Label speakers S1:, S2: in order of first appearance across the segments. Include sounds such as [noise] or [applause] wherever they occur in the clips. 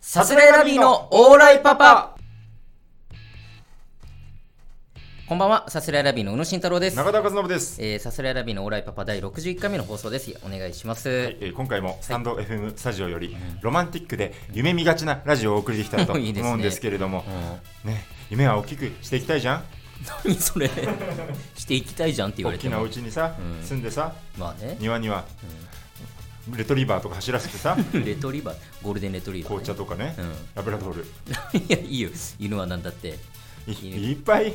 S1: サスレラビーのオーライパパこんばんは、サスレラビーの宇野慎太郎です。
S2: 中田和信です、
S1: えー、サスレラビーのオーライパパ第61回目の放送です。お願いします。
S2: はいえー今回もスタンド FM スタジオよりロマンティックで夢見がちなラジオをお送りできたらと
S1: [laughs] いいですね
S2: 思うんですけれども
S1: うん [laughs]
S2: ね夢は大きくしていきたいじゃん
S1: 何それしていきたいじゃんって言わ
S2: 大
S1: れて
S2: き
S1: も
S2: なお家にさ、
S1: うん
S2: 住んでさ
S1: まあね
S2: 庭にはレトリバーとか走らせ
S1: [laughs]
S2: てさ
S1: レトリバーゴールデンレトリバー、ね、
S2: 紅茶とかね、
S1: うん [laughs]
S2: ラブラドール
S1: いやいいよ犬は何だってい
S2: いいっぱい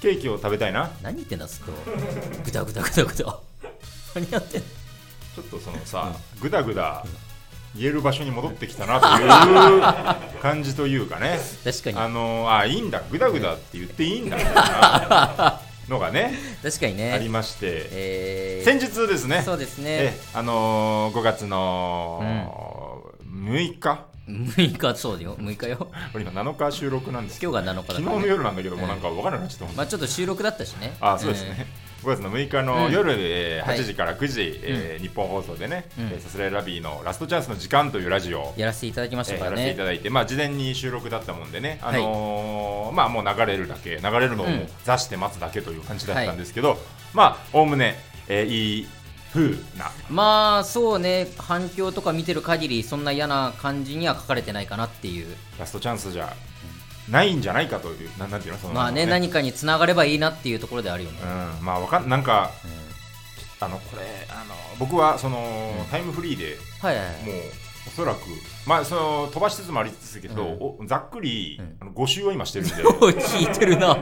S2: ケーキを食べたいな
S1: 何言ってんだすとグダグダグダグダ何やってんの
S2: ちょっとそのさぐだぐだ言える場所に戻ってきたなと
S1: [laughs]
S2: いう感じというかね
S1: 確かに
S2: あのーあいいんだぐだぐだって言っていいんだみた
S1: [laughs]
S2: いなのがね
S1: 確かに
S2: あり
S1: ね
S2: まして、
S1: えー、
S2: 先日ですね、
S1: そうです
S2: え
S1: ね
S2: あのー、5月の6日、
S1: 6日そうよ6日よ
S2: これ今7日収録なんですけど、
S1: 今日が7日だ
S2: 昨
S1: から、
S2: 日の
S1: ね、
S2: 夜なんだけど、もうなんか分からないな、ちょっと、
S1: まあちょっと収録だったしね
S2: あそうですね、5月の6日の夜、えー
S1: はい
S2: 8時から9時、えー日本放送でね、
S1: うん
S2: えーさすらいラビーのラストチャンスの時間というラジオを
S1: うん。やらせていただきまし
S2: え
S1: た
S2: ー
S1: か
S2: や
S1: ら
S2: らせて
S1: ね
S2: い、ただいて、まあ、事前に収録だったもんでね、あのーまあ、もう流れるだけ、流れるのをもう
S1: うん
S2: 座して待つだけという感じだったんですけど、まあ、おおむね、えーいい風な
S1: まあそうね反響とか見てる限りそんな嫌な感じには書かれてないかなっていう
S2: ラストチャンスじゃないんじゃないかという、ななんていうの、その
S1: まあね何かにつながればいいなっていうところであるよね、
S2: うん、まあ、わかんなんか、あのこれあの、僕はその、タイムフリーで
S1: はいはいはい
S2: もう、おそらく、まあ、その飛ばしつつもありつつけど、おざっくり、
S1: ん
S2: あの5週を今してるんで、
S1: 聞いてるな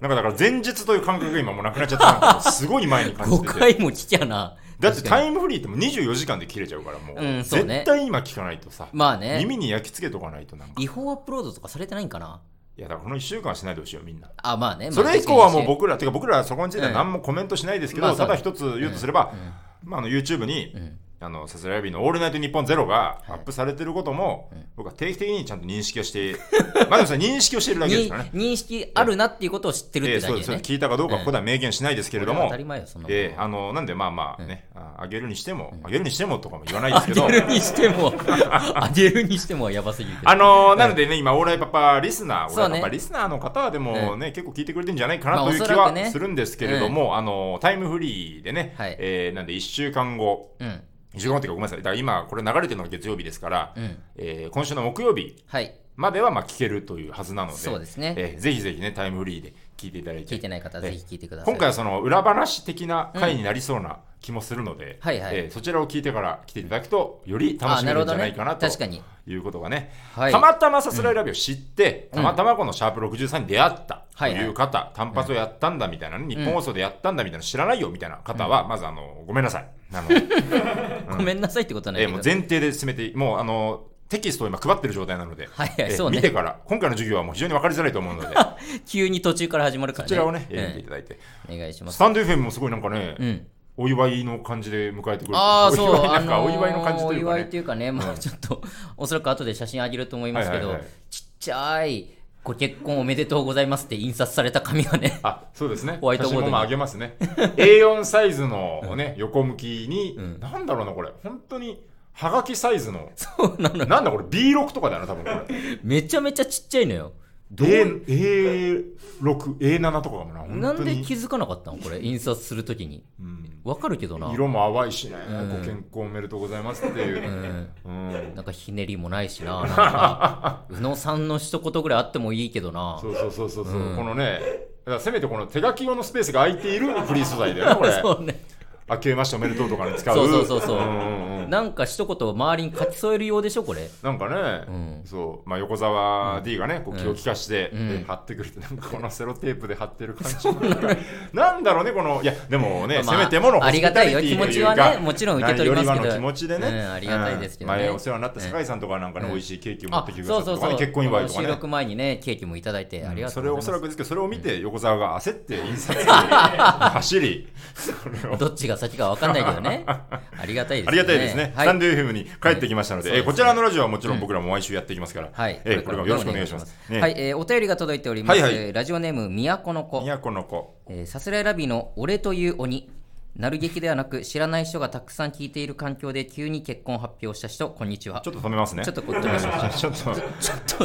S2: なんかだから前日という感覚が今もうなくなっちゃったなって、すごい前に感じ
S1: 5
S2: てて。
S1: 回も聞きゃな
S2: だってタ
S1: ム
S2: イムフリーってもう24時間で切れちゃうからもう,、
S1: うんそうね
S2: 絶対今聞かないとさ、
S1: まあね
S2: 耳に焼き付けとかないとなんかい
S1: 違法アップロードとかされてないんかな
S2: やだからこの1週間はしないでほしいよみんな
S1: あまあね
S2: それ以降はもう
S1: まあ
S2: 僕ら、てか僕らはそこについては何もコメントしないですけど、
S1: まあそう
S2: た
S1: だ
S2: だ
S1: ね
S2: 一つ言うとすれば、まあ、あの YouTube に、
S1: ん
S2: あのサスライラビーの「オールナイトニッポンゼロがアップされてることも、僕は定期的にちゃんと認識をして、まあでもそれ認識をしてるだけですから
S1: に [laughs]
S2: ね。
S1: 認識あるなっていうことを知ってるっ
S2: ええ
S1: てだ
S2: そ
S1: け
S2: う
S1: で
S2: ですそう
S1: ね
S2: です聞いたかどうかはここでは明言しないですけれども、
S1: 当たり前よそんなもん
S2: ええあのなんでまあまあね、ああげるにしても、あげるにしてもとかも言わないですけど
S1: あげるにしてもあげるにしてもはやばすぎるけど
S2: あのーなのでね、今、オーライパパリスナー、オー
S1: そうね
S2: ライパパリスナーの方はでもね、結構聞いてくれてるんじゃないか
S1: ま
S2: な
S1: あ
S2: という気
S1: おそらく
S2: は
S1: ね
S2: するんですけれども、あのータイムフリーでね、
S1: はい
S2: えーなんで1週間後、
S1: うん
S2: 1週間後っていうかごめんなさい、だから今、これ流れてるのが月曜日ですから、
S1: うん
S2: えー今週の木曜日
S1: はい
S2: まではまあ聞けるというはずなので、
S1: そうですね
S2: えーぜひぜひね、タイムフリーで聞いていただいて、
S1: 聞いてない方はぜひ聞いてください
S2: 今回はその裏話的な回になりそうな気もするので、
S1: はいはい
S2: えーそちらを聞いてから来ていただくと、より楽しめるんじゃないかな
S1: あ
S2: と
S1: なるほどね確か
S2: いうことがね、
S1: はい
S2: たまたまさすらいラビを知って、たまたまこのシャープ63に出会ったという方、単発をやったんだみたいなね、日本放送でやったんだみたいな、知らないよみたいな方は、まずあのごめんなさい。あ [laughs] の
S1: ごめんなさいってことはな
S2: え
S1: い
S2: ー
S1: け
S2: [laughs] も
S1: ど
S2: う前提で進めて、もうあのテキストを今配ってる状態なので、 [laughs]
S1: はいはい
S2: えー
S1: そうね
S2: 見てから、今回の授業はもう非常に分かりづらいと思うの [laughs] で、こ
S1: 急に途中から始まるからね
S2: ちらをね、えー見て
S1: え
S2: いただいて、
S1: えお願いしま
S2: ス
S1: す
S2: タンド FM もすごいなんかね、
S1: うん
S2: お祝いの感じで迎えてくれて
S1: ああ、
S2: お
S1: そう、
S2: 祝いなんか、
S1: あのー
S2: お祝いの感じというか、
S1: お祝
S2: ね
S1: いというかね、まあちょっと、おそらく後で写真あげると思いますけど、
S2: はいはいはい
S1: ちっちゃい、ご結婚おめでとうございますって印刷された紙がね、 [laughs]
S2: あそうですね
S1: ホワイトボードに
S2: 写真もまああげます
S1: [laughs]
S2: ね A4 サイズの、ね、横向きに、なんだろうなこれ本当にはがきサイズの
S1: そうなの、
S2: なんだこれ B6 とかだよな多分これ
S1: めちゃめちゃちっちゃいのよ。
S2: A6A7 とかかもな本当に
S1: なんで気づかなかったのこれ、印刷するときに。
S2: うん
S1: わかるけどな。
S2: 色も淡いしね、
S1: ん
S2: ご健康おめでとうございますっていう、
S1: うん
S2: うん
S1: なんかひねりもないし
S2: [laughs]
S1: な、なんか、宇野さんの一言ぐらいあってもいいけどな。
S2: そうそうそうそうそう、このねだからせめてこの手書き用のスペースが空いているフリー素材だよねこれ
S1: [laughs] そうね。
S2: 明けましておめでとうとかに使う。
S1: そうそうそうそうん
S2: んうん
S1: なんか一言周りに書き添えるようでしょ、これ。
S2: なんかね、
S1: うん
S2: そう、まあ、横澤 D がね、こう気を利かして、
S1: うん
S2: で貼ってくれて、なんかこのセロテープで貼ってる感じなんかなんだろうね、この、いや、でもね、
S1: まあ
S2: せめてもの
S1: ありがたいよ
S2: ホスピ
S1: 気
S2: タリティ
S1: 持ち
S2: という
S1: は
S2: か
S1: ねもちろん受け取りますけど
S2: 何よりはの気持ちでね、
S1: うんありがたいですけどね
S2: うん前お世話になった酒井さんとかなんかね、
S1: うん
S2: 美味しいケーキを持
S1: あ
S2: ってき、てくだ
S1: そ
S2: さ
S1: う
S2: った
S1: そう
S2: と
S1: そ
S2: か
S1: う。
S2: ね、結婚祝いと
S1: この
S2: か
S1: 収
S2: ね
S1: 録。前にね、ケーキもいただいて、ありがと
S2: そうれを
S1: ご
S2: お
S1: ざ
S2: そ
S1: い
S2: ら
S1: ます。
S2: くですけど、それを見て横澤が焦って印
S1: [laughs]
S2: 刷機に走り、それを
S1: どっちが先か分かんないけど
S2: [laughs]
S1: ね。ありがたいですね。
S2: ありがたいです
S1: は
S2: ね。スタン
S1: い。
S2: ド FM に帰ってきましたので、
S1: はい
S2: えーこちらのラジオはもちろん僕らも毎週やっていきますから、
S1: はい、
S2: えーこれからもよろしくお願いします。ね
S1: はい、えーお便りが届いております。
S2: はいはい
S1: えーラジオネーム、都の子。
S2: 都の子、
S1: えー、さすらいラビーの俺という鬼。なる劇ではなく、知らない人がたくさん聞いている環境で急に結婚を発表した人、こんにちは。
S2: ちょっと止めますね
S1: ちょっとこっちましょうか
S2: ちょっと
S1: ちょっと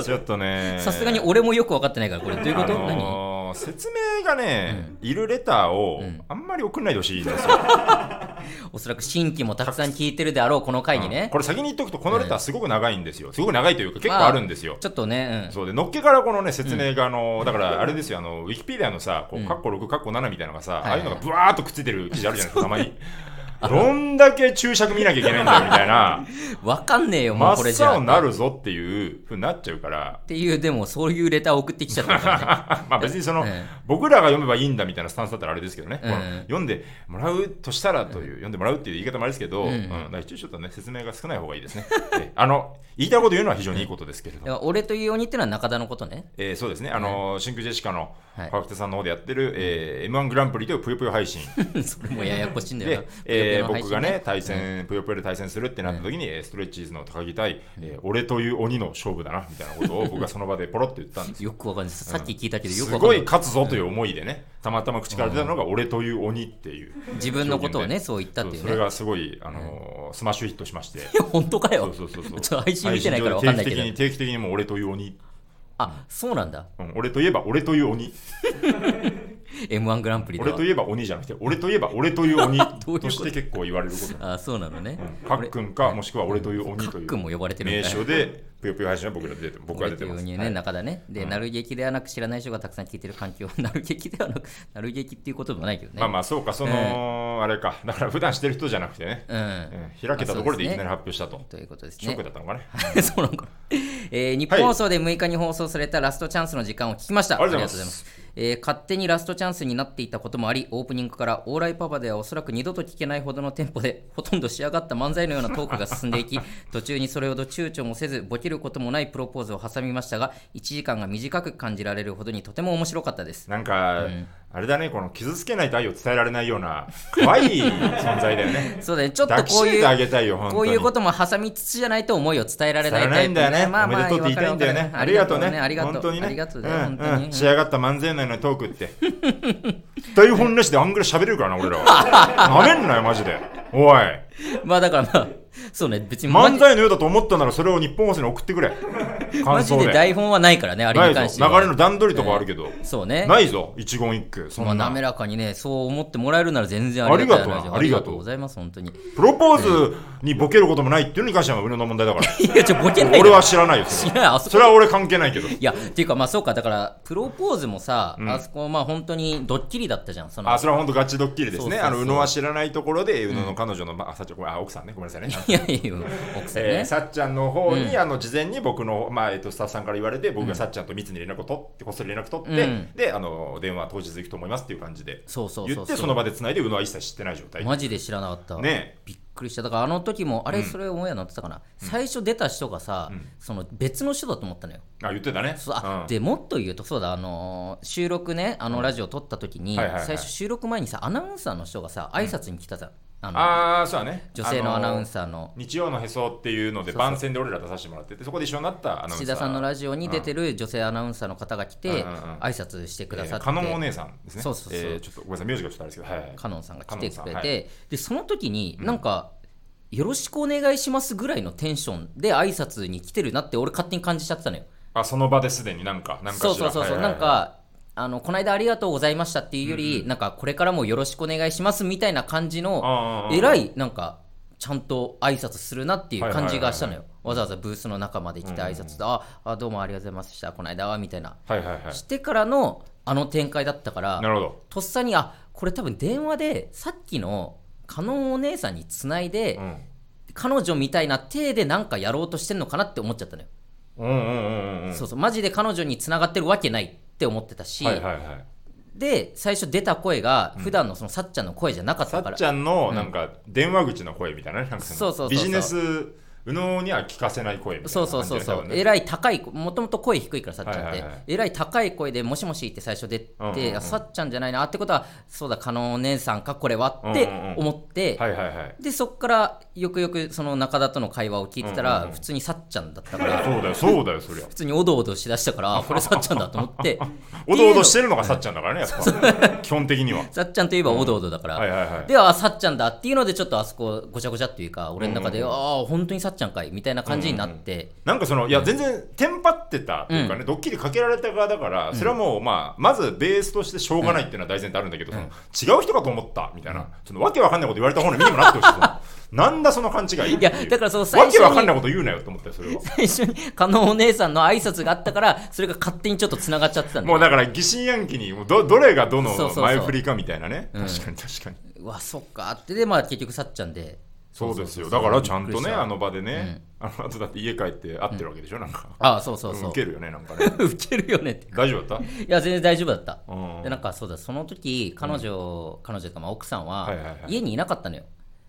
S2: ちょっとね
S1: さすがに俺もよく分かってないから、これ、どういうこと、
S2: あのー説明がね、いるレターをあんまり送んないでほしいんですよ、
S1: 何おそらく新規もたくさん聞いてるであろう、この回にね。
S2: これ先に言っとくとこのレターすごく長いんですよすごく長いというか結構あるんですよ、
S1: ちょっとね、うん
S2: そうでのっけからこのね説明があの、だからあれですよあのウィキペディアのさこうカッコ6カッコ7みたいなのがさ、
S1: い
S2: ああいうのがブワーっとくっついてる記事あるじゃないですかたまにどんだけ注釈見なきゃいけないんだよみたいな
S1: わかんねえよ、 [laughs] もうこれじ
S2: 真っ
S1: ゃ
S2: 青にな
S1: あ。っ
S2: るぞっていうふうになっちゃうから [laughs]
S1: ていう、でもそういうレター送ってきちゃったからね。
S2: あまあ別にその、
S1: え
S2: 僕らが読めばいいんだみたいなスタンスだったらあれですけどね、
S1: うん
S2: この読んでもらうとしたらという、読んでもらうっていう言い方もあれですけど、
S1: う
S2: うんんだから一応ちょっとね説明が少ない方がいいです
S1: [laughs]
S2: ねえあの言いたいこと言うのは非常にいいことですけれど
S1: いや俺というようにってのは中田のことね。 [laughs]
S2: えーそうですね、あの真空ジェシカの
S1: はい
S2: 川北さんの方でやってる、え m 1グランプリというぷよぷよ配信
S1: それもややこしいんだよ
S2: で
S1: な。、
S2: えー
S1: ぷよぷよの配信
S2: 僕がね、対戦、ぷよぷよで対戦するってなった時に、えーストレッチーズの高木対、えー俺という鬼の勝負だなみたいなこと
S1: [laughs]
S2: を僕がその場でポロっと言ったんですよ
S1: よくわかんない。さっき聞いたけど、よ
S2: す
S1: くわかん
S2: ご
S1: ないい。
S2: 勝つぞという思いでね、たまたま口から出たのが俺という鬼っていう、
S1: 自分のことをね、そう言った
S2: そ
S1: っ
S2: う
S1: ていう
S2: それ
S1: ね。
S2: がすごい、あのースマッシュヒットし
S1: [laughs]
S2: まして、
S1: いや、本当か
S2: そ
S1: よ
S2: う。そうそうそう
S1: ちょっと配信見てないからわかんないけど
S2: 配信上で定期的に定期的にもう俺という鬼、
S1: あ、そうなんだ。
S2: うん俺といえば俺という鬼、
S1: M1 グランプリで
S2: 俺
S1: は
S2: と。いえば鬼じゃなくて、俺といえば俺という
S1: [laughs]
S2: 鬼
S1: どういうこと
S2: として結構言われること。
S1: あ、そうなのね。
S2: かっくんか、もしくは俺という鬼
S1: か
S2: と
S1: っ
S2: い
S1: くん
S2: う
S1: も呼ばれてる
S2: 名
S1: みたい
S2: 称で、ぷよぷよ配信は僕ら出て僕は
S1: 俺
S2: 出
S1: と
S2: て
S1: い
S2: ま
S1: う
S2: す。
S1: に
S2: は
S1: ね、
S2: い
S1: 中田ね。で、なる劇ではなく知らない人がたくさん聞いてる環境、 [laughs] なる劇ではなく、なる劇っていうことでもないけどね。
S2: まあまあ、そうか、その、あれか、だから普段してる人じゃなくてね、
S1: うん。
S2: うん開けたところでいきなり
S1: まあ
S2: 発表した
S1: そ
S2: と
S1: うですね。ということです
S2: ショッ
S1: ね
S2: クだ。ったのか
S1: [laughs]
S2: ね。
S1: そうなんか。えー日本放送で6日に放送されたラストチャンスの時間を聞きました。
S2: ありがとうございます
S1: ありがとうございます。えー勝手にラストチャンスになっていたこともあり、オープニングから往来パパではおそらく二度と聞けないほどのテンポで、ほとんど仕上がった漫才のようなトークが進んでい
S2: [laughs]
S1: き、途中にそれほど躊躇もせず、ボケることもないプロポーズを挟みましたが、1時間が短く感じられるほどにとても面白かったです。
S2: なんか、あれだね、この傷つけない愛を伝えられないような、可愛い存在だよね。
S1: そうだね、 [laughs] ちょっと
S2: 抱き
S1: こ
S2: し
S1: う
S2: め
S1: い
S2: てあ
S1: う。
S2: げたいよ、本当に。
S1: こういうことも挟みつつじゃないと思いを伝えられない
S2: 伝え
S1: タ
S2: られない
S1: イ
S2: ん
S1: プ
S2: だよね。
S1: まあ
S2: おめ
S1: ま
S2: で
S1: あ
S2: とうって言いたいんだよね。ありがとうね。
S1: ありがと
S2: 本
S1: う
S2: 当にね。
S1: ありがとうね
S2: ん
S1: 本当に
S2: うん仕上がった漫才のようなトークって。台本なしであんぐらい喋れるからな、俺らは。なめんなよ、マジで。おい。
S1: まあだからまあ、 [laughs] そうね、別にマジ
S2: 漫才のようだと思ったなら、それを日本放送に送ってくれ。
S1: マ
S2: 感
S1: ジ
S2: 想で。
S1: で台本はないからね、あれに
S2: な
S1: 関
S2: い
S1: し
S2: ぞ
S1: ては。
S2: 流れの段取りとかあるけど。
S1: そうね。
S2: ないぞ、一言一句。そ
S1: まあ、
S2: んな。
S1: 滑らかにね、そう思ってもらえるなら全然ありがたい話
S2: ありがとうな
S1: ありがと
S2: ありがと
S1: う
S2: う
S1: ございます、本当に。
S2: プロポーズにボケることもないっていうのに関しては俺の問題だから。
S1: いや、ちょ、ボケないよ
S2: 俺は知らないよ。そ
S1: 知
S2: れ
S1: らない、あそ
S2: そ
S1: こ。
S2: れは俺関係ないけど。
S1: いや、っていうか、まあそうか、だから、プロポーズもさ、あそこ、まあ本当にドッキリだったじゃん、その。
S2: あ、それは本当ガチドッキリです
S1: そうそう
S2: ね。
S1: そう
S2: あの、宇野は知らないところで、宇野の彼女の、まあ、さっちゃん、ごめんあ、奥さんね。ごめんなさいね。
S1: いやいや、奥さん
S2: [laughs] え
S1: ね
S2: ー、。さっちゃんの方に、あの、事前に僕の、まあ、えっと、スタッフさんから言われて、僕がさっちゃんと密に連絡を取って、こっそり連絡取って、
S1: うん
S2: で、あの、電話当日行くと思いますっていう感じで、
S1: そうそうそうそう
S2: 言って、その場で繋いで、宇野は一切知ってない状態。
S1: マジで知らなかった。
S2: ね
S1: びっくりした。だからあの時も、あれ、それオンエアになってたかな。最初出た人がさ、その別の人だと思ったのよ。
S2: あ、言ってたね。
S1: そうあ
S2: うん
S1: でもっと言うとそうだあのー収録ねあのラジオ撮った時に、
S2: はいはいはい
S1: 最初収録前にさアナウンサーの人がさ挨拶に来たじゃん、あの
S2: あー、そうだね。
S1: 女性のアナウン
S2: ー。
S1: サーの
S2: 日曜のへそっていうので、番宣で俺ら出させてもらってて、そこで一緒になったアナウンサー。
S1: 岸田さんのラジオに出てる女性アナウンサーの方が来て
S2: うんうんうん
S1: 挨拶してくださって、
S2: カノンお姉さんですね。
S1: そうそうそう
S2: えーちょっとごめんなさい、名字がちょっとあれですけど、はいはい
S1: カノンさんが来てく
S2: カノ
S1: れて、
S2: ンさんはい
S1: でその時になんか、よろしくお願いしますぐらいのテンションで挨拶に来てるなって俺勝手に感じちゃってたのよ
S2: あ、その場ですでになんか、なんかし
S1: そ
S2: ら
S1: うそうそうそう、
S2: はいはいはい
S1: なんかあのこの間ありがとうございましたっていうより、なんかこれからもよろしくお願いしますみたいな感じの
S2: あー
S1: えらいなんかちゃんと挨拶するなっていう感じがしたのよ、わざわざブースの中まで来て挨拶で、ああどうもありがとうございましたこの間はみたいな、
S2: はいはいは
S1: してからのあの展開だったから
S2: い。なるほど。
S1: とっさにあこれ多分電話でさっきのカノンお姉さんにつないで、
S2: うん。
S1: 彼女みたいな体でなんかやろうとしてんのかなって思っちゃったのよ
S2: うんうんうんうん。
S1: そうそうマジで彼女に繋がってるわけないって思ってたし、
S2: はいはいはい。
S1: で最初出た声が普段のそのさっちゃんの声じゃなかっ
S2: さ
S1: たから、
S2: っちゃんの、なんか、電話口の声みたいなね、なんかの
S1: そうそうそうそう
S2: ビジネス右脳には聞かせない声みたいな
S1: そうそうそうそう、
S2: 感じだよね
S1: えらい高いもともと声低いからさっちゃんって、
S2: はいはいはい
S1: えらい高い声で「もしもし」って最初出て、
S2: うんうんうん
S1: あさっちゃんじゃないなってことはそうだ加納姉さんかこれはって
S2: うんうんうん
S1: 思って、
S2: はいはいはい
S1: でそこからよくよくその中田との会話を聞いてたら、
S2: うんうんうん
S1: 普通にさっちゃんだった
S2: そ
S1: か
S2: う
S1: ら
S2: だよそうだよそりゃ
S1: 普通におどおどしだした
S2: [laughs]
S1: からあこれさっちゃんだと思って
S2: おどおどしててるのがさっちゃんだからねやっぱ基本的には
S1: さっちゃんといえばおどおどだから、
S2: はいはいはい
S1: ではさっちゃんだっていうのでちょっとあそこごちゃごちゃっていうか俺の中で、
S2: うんうん
S1: ああ本当にさっちゃんかいみたいな感じになって、
S2: なんかそのいや全然テンパってたっていうかね、ドッキリかけられた側だからそれはもうまあまずベースとしてしょうがないっていうのは大前提あるんだけど、その違う人かと思ったみたいな、そのわけわかんないこと言われた方の身にもなってほしいそのなんだその勘違いってう
S1: いやだからその最
S2: わ
S1: 初
S2: け
S1: に
S2: わかんないこと言うなよと思ったよそれは
S1: [laughs] 最初に加納お姉さんの挨拶があったからそれが勝手にちょっとつながっちゃってたんで
S2: もうだから疑心暗鬼にもうどどれがどの
S1: そうそうそう
S2: 前振りかみたいなね
S1: うん
S2: 確かに確かに
S1: うわそっかってでまあ結局さっちゃんで
S2: そうですよだからちゃん
S1: びっ
S2: と
S1: くり
S2: ね
S1: した
S2: あの場でね、あの後だって家帰って会ってるわけでしょなんか、
S1: ああそうそうそう
S2: ウケるよねなんかね
S1: ウケるよねって
S2: 大丈夫だった
S1: いや全然大丈夫だった
S2: うん
S1: でなんかそうだその時彼女、彼女とかまあ奥さんは
S2: はいはいはい
S1: 家にいなかったのよ、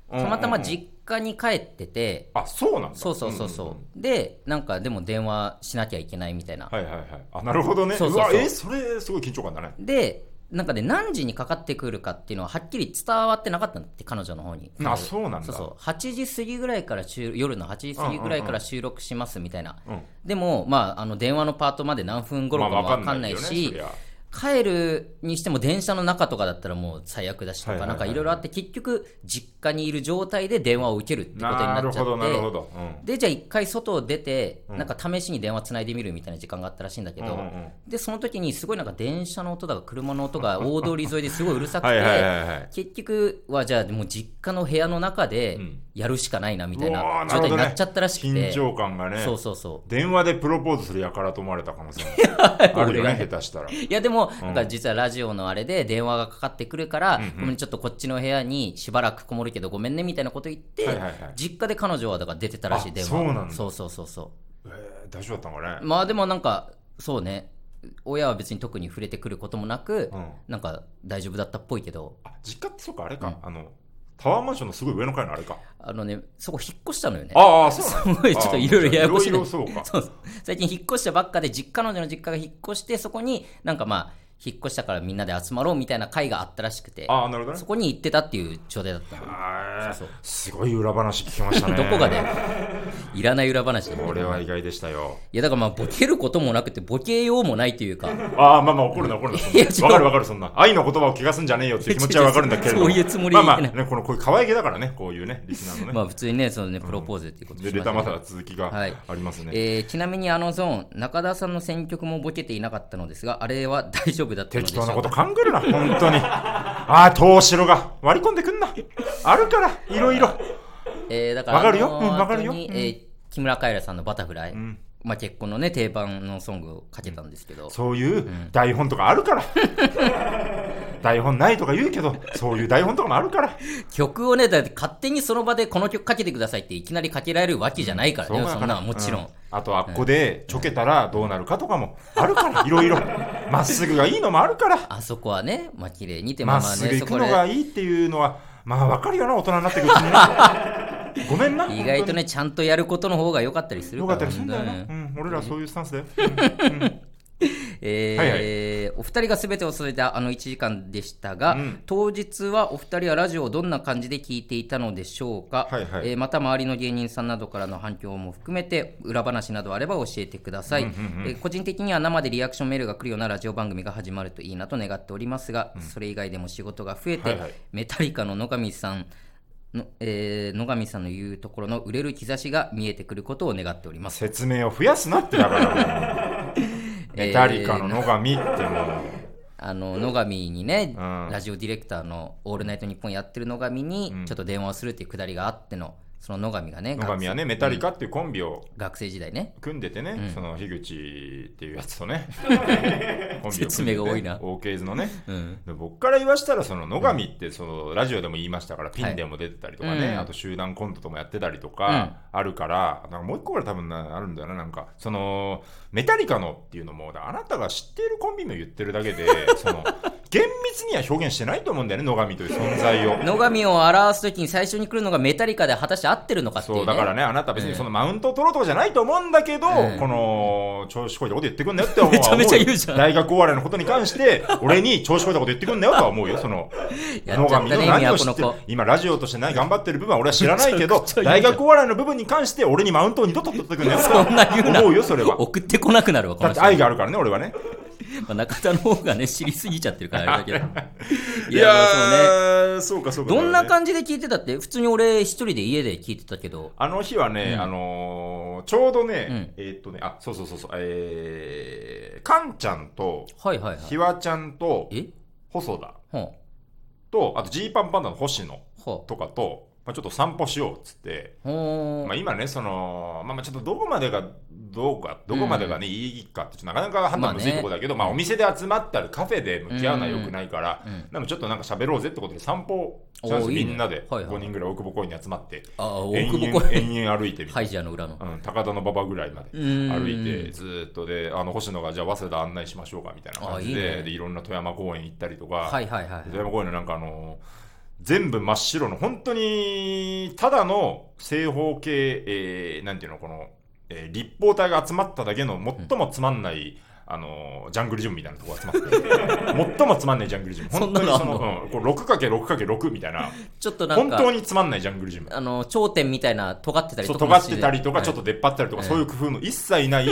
S2: うんうんう
S1: た
S2: ん
S1: またま実家に帰ってて、
S2: あそうなんだ
S1: そうそうそうそう、でなんかでも電話しなきゃいけないみたいな、
S2: はいはいはい。あ、なるほどね。
S1: そう
S2: う
S1: そうそう
S2: わ、え、それ、すごい緊張感だね。
S1: でなんかで何時にかかってくるかっていうのははっきり伝わってなかったんだって彼女の方に
S2: あ、そうなんだ。
S1: そうそう8時過ぎぐらいから収夜の8時過ぎぐらいから収録しますみたいな、
S2: うん
S1: でも、まあ、あの電話のパートまで何分頃か
S2: まあ
S1: も分かんない
S2: わ
S1: し
S2: けどね、
S1: 帰るにしても電車の中とかだったらもう最悪だしと
S2: はい
S1: か
S2: はい
S1: な
S2: は
S1: ん
S2: い
S1: かいろいろあって結局実家にいる状態で電話を受けるって
S2: そ
S1: こ
S2: り
S1: と
S2: ゃ
S1: にな
S2: なる
S1: っちゃ
S2: ほど、なるほ
S1: って
S2: ど。うん
S1: でじゃあ一回外を出て
S2: うん
S1: なんか試しに電話つないでみるみたいな時間があったらしいんだけど、
S2: うんうんうん
S1: でその時にすごいなんか電車の音だか車の音
S2: [laughs]
S1: が大通り沿いですごいうるさく
S2: は
S1: て
S2: いはいはいはい。
S1: 結局はじゃあもう実家の部屋の中でやるしかないなみたいうな
S2: わーな
S1: 状
S2: るほ
S1: 態
S2: ど
S1: に
S2: ね
S1: なっちゃったらしくて、
S2: 緊張感がね
S1: そ。うそうそ
S2: 電話でプロポーズする輩と思われた可
S1: [laughs]
S2: 能性もあるよね、下手したら。
S1: ういやでも、なんか実はラジオのあれで電話がかかってくるから、ごめんちょっとこっちの部屋にしばらくこもるけどごめんねみたいなこと言って、
S2: はいはいはい
S1: 実家で彼女はだから出てたらしい
S2: あ
S1: 電話
S2: そうなんだ
S1: そうそうそうそ
S2: えー大丈夫だったのか
S1: う
S2: ね。
S1: まあでもなんかそうね親は別に特に触れてくることもなく、
S2: うん
S1: なんか大丈夫だったっぽいけど
S2: あ、実家ってそうか、あれか。あの、タワーマンションのすごい上の階のあれか。
S1: あのねそこ引っ越したのよね
S2: ああ、そうなん
S1: すご [laughs] いちょっといろいろややこしい
S2: い
S1: ね
S2: ろいろそう
S1: [laughs]
S2: か。
S1: そう最近引っ越したばっかで実家彼女の実家が引っ越してそこになんかまあ引っ越したからみんなで集まろうみたいな会があったらしくて
S2: ああ、なるほどね
S1: そ。こに行ってたっていう状態だったの
S2: あ
S1: そうそう
S2: ーすごい裏話聞きましたね。
S1: [laughs] どこがだよいらない裏話で
S2: こ
S1: い
S2: れは意外でしたよ。
S1: やだからまあボケることもなくてボケようもないというか
S2: ああ、まあまあ怒るな怒るな。そん
S1: いや
S2: な
S1: 違う
S2: わかるわかる、そんな。愛の言葉を汚すんじゃねえよっていう気持ちはわかるんだけれども。
S1: 違う違うそういうつもり
S2: まあまあ、
S1: いや
S2: ね、この、こういう可愛げだからね、こういうね、リスナーのね。
S1: まあ普通にねそのねプロポーズっていうこと
S2: で、
S1: しまし
S2: レタ
S1: た
S2: ー
S1: けど
S2: また続きが
S1: はい
S2: ありますね。
S1: えーちなみにあのゾーン中田さんの選曲もボケていなかったのですがあれは大丈夫だったので
S2: 適
S1: しょ
S2: 当
S1: う
S2: なこと
S1: か
S2: 考えるな、本当に。ああ、東城が割り込んでくんな。あるから、いろいろ。
S1: えーだから
S2: わかるよ
S1: あの
S2: うんわかるよ
S1: 後に
S2: うん
S1: えー木村カエラさんの「バタフライ」
S2: ん
S1: まあ、結婚のね定番のソングをかけたんですけど、
S2: そういう台本とかあるから。台本ないとか言うけど、そういう台本とかもあるから。
S1: 曲をねだって勝手にその場でこの曲かけてくださいっていきなりかけられるわけじゃないからね、
S2: そう
S1: そ
S2: だ
S1: ん
S2: か
S1: な
S2: ら
S1: のもちろん、
S2: うあとあっこでちょけたらどうなるかとかもあるからいろいろまっすぐがいいのもあるから
S1: あそこはねまあ綺麗にってま
S2: ま
S1: あ
S2: っ
S1: まあ
S2: すぐ
S1: ね
S2: 行
S1: そ
S2: く
S1: こ
S2: の
S1: で
S2: がいいっていうのは、まあわかるよな、大人になってくるうちに
S1: [laughs]
S2: ね。ごめんな。
S1: 意外とねちゃんとやることの方が良かったりす
S2: 本当に。
S1: る
S2: よ
S1: か
S2: からったりするんだよ
S1: 本
S2: な。
S1: 当
S2: う
S1: に
S2: ん、俺らそういうスタンスだよ。
S1: えーお二人が全てを添えたあの1時間でしたが、
S2: うん
S1: 当日はお二人はラジオをどんな感じで聞いていたのでしょうか、
S2: はいはい
S1: えーまた周りの芸人さんなどからの反響も含めて裏話などあれば教えてください、えー個人的には生でリアクションメールが来るようなラジオ番組が始まるといいなと願っておりますが、それ以外でも仕事が増えて、
S2: はいはい
S1: メタリカの野上さんの、えー野上さんの言うところの売れる兆しが見えてくることを願っております
S2: 説明を増やすなってだから。
S1: [laughs]
S2: メタリカの野上っても
S1: あの野上にね、
S2: うん
S1: ラジオディレクターの「オールナイトニッポン」やってる野上にちょっと電話をするっていうくだりがあってのその野上がね
S2: う、野上はね、メタリカっていうコンビを
S1: 学生時代ね
S2: 組んでてね、その樋口っていうやつ
S1: [laughs]
S2: とね、コンビを組んでて
S1: 説明が多いな
S2: OK ズのね。
S1: うん
S2: で僕から言わしたらその野上ってそのラジオでも言いましたからピンでも出てたりとかね、
S1: はいうん
S2: あと集団コントともやってたりとかあるから、なんかもう一個ぐらい多分なあるんだよななんか
S1: [laughs]
S2: そのメタリカのっていうのもだからあなたが知っているコンビ名言ってるだけでその厳密には表現してないと思うんだよね野上という存在を
S1: 野上を表すときに最初に来るのがメタリカで果たして合ってるのかっていう、ね、
S2: そうだからねあなた別にそのマウントを取ろうとかじゃないと思うんだけど、
S1: うん
S2: この調子こいたこと言ってくんなよって思う
S1: めちゃめちゃ言うじゃん
S2: 大学終わりのことに関して俺に調子こいたこと言ってくんなよとは思うよその
S1: [laughs] や
S2: 野
S1: っちゃった
S2: 上
S1: ね
S2: の何を知
S1: 都の
S2: って
S1: 子
S2: 今ラジオとしてない頑張ってる部分は俺は知らないけ
S1: [laughs] め
S2: ど
S1: ちゃくちゃ言う
S2: 大
S1: じゃん
S2: 学終わりの部分に関して俺にマウントを二度と取ってくんな
S1: [laughs]
S2: よ
S1: そんな言うな
S2: 思うよそれは
S1: [laughs] 送ってこなくなるわこ
S2: だ
S1: の
S2: って
S1: 人
S2: 愛があるからね俺はね
S1: まあ、中田の方がね知りすぎちゃってるからあれだけど
S2: [laughs] いやーそうかそうか
S1: どんな感じで聞いてたって普通に俺一人で家で聞いてたけど
S2: あの日はね、
S1: うん
S2: あのーちょうどね、
S1: うん
S2: えーっとね、あ、そうそうそうそう、えー、かんちゃんと、
S1: はいはいはい
S2: ひわちゃんと、
S1: え
S2: 細田
S1: は
S2: と、あとジーパンパンダの星野
S1: あは
S2: とかと、まあ、ちょっと散歩しようっつって、
S1: あほー
S2: まあ、今ね、その、まあ、まあちょっとどこまでが、どうか、どこまでがね、いいかって、ちょっとなかなか判断むずい
S1: まあね
S2: ところだけど、まあ、お店で集まったり、カフェで向き合うのは良くないから、
S1: うん
S2: でもちょっとなんか喋ろうぜってことで散歩したんです
S1: おー
S2: よ
S1: いいね
S2: みんなで、
S1: はいはい
S2: 5人ぐらい大久保公園に集まって、
S1: ああ大
S2: 延
S1: 久保公
S2: 々
S1: 園
S2: 延々歩いてみたいな
S1: ハイジャーの裏の
S2: うん、高田の馬場ぐらいまで
S1: うん
S2: 歩いてずーっとであの星野がじゃあ早稲田案内しましょうかみたいな感じで
S1: あ
S2: い
S1: いいね
S2: でいろんな富山公園行ったりとか、
S1: はいはいはい
S2: 富山公園のなんかあの全部真っ白の本当にただの正方形、えーなんていうのこの、えー立方体が集まっただけの最もつまんない、あのジャングルジムみたいなとこが集まって
S1: [laughs]
S2: 最もつまんないジャングルジム
S1: そん
S2: 本
S1: な
S2: 当に
S1: のあん
S2: そ
S1: の
S2: の、うん、こう 6×6×6 みたいな
S1: ちょっとなん
S2: 本
S1: か
S2: 当につまんないジャングルジム
S1: あの頂点みたいな尖ってたり
S2: そう
S1: とか
S2: 尖
S1: も
S2: っ
S1: して
S2: たりとか、
S1: はい
S2: ちょっと出っ張ったりとか、
S1: ええ
S2: そういう工夫の一切ない、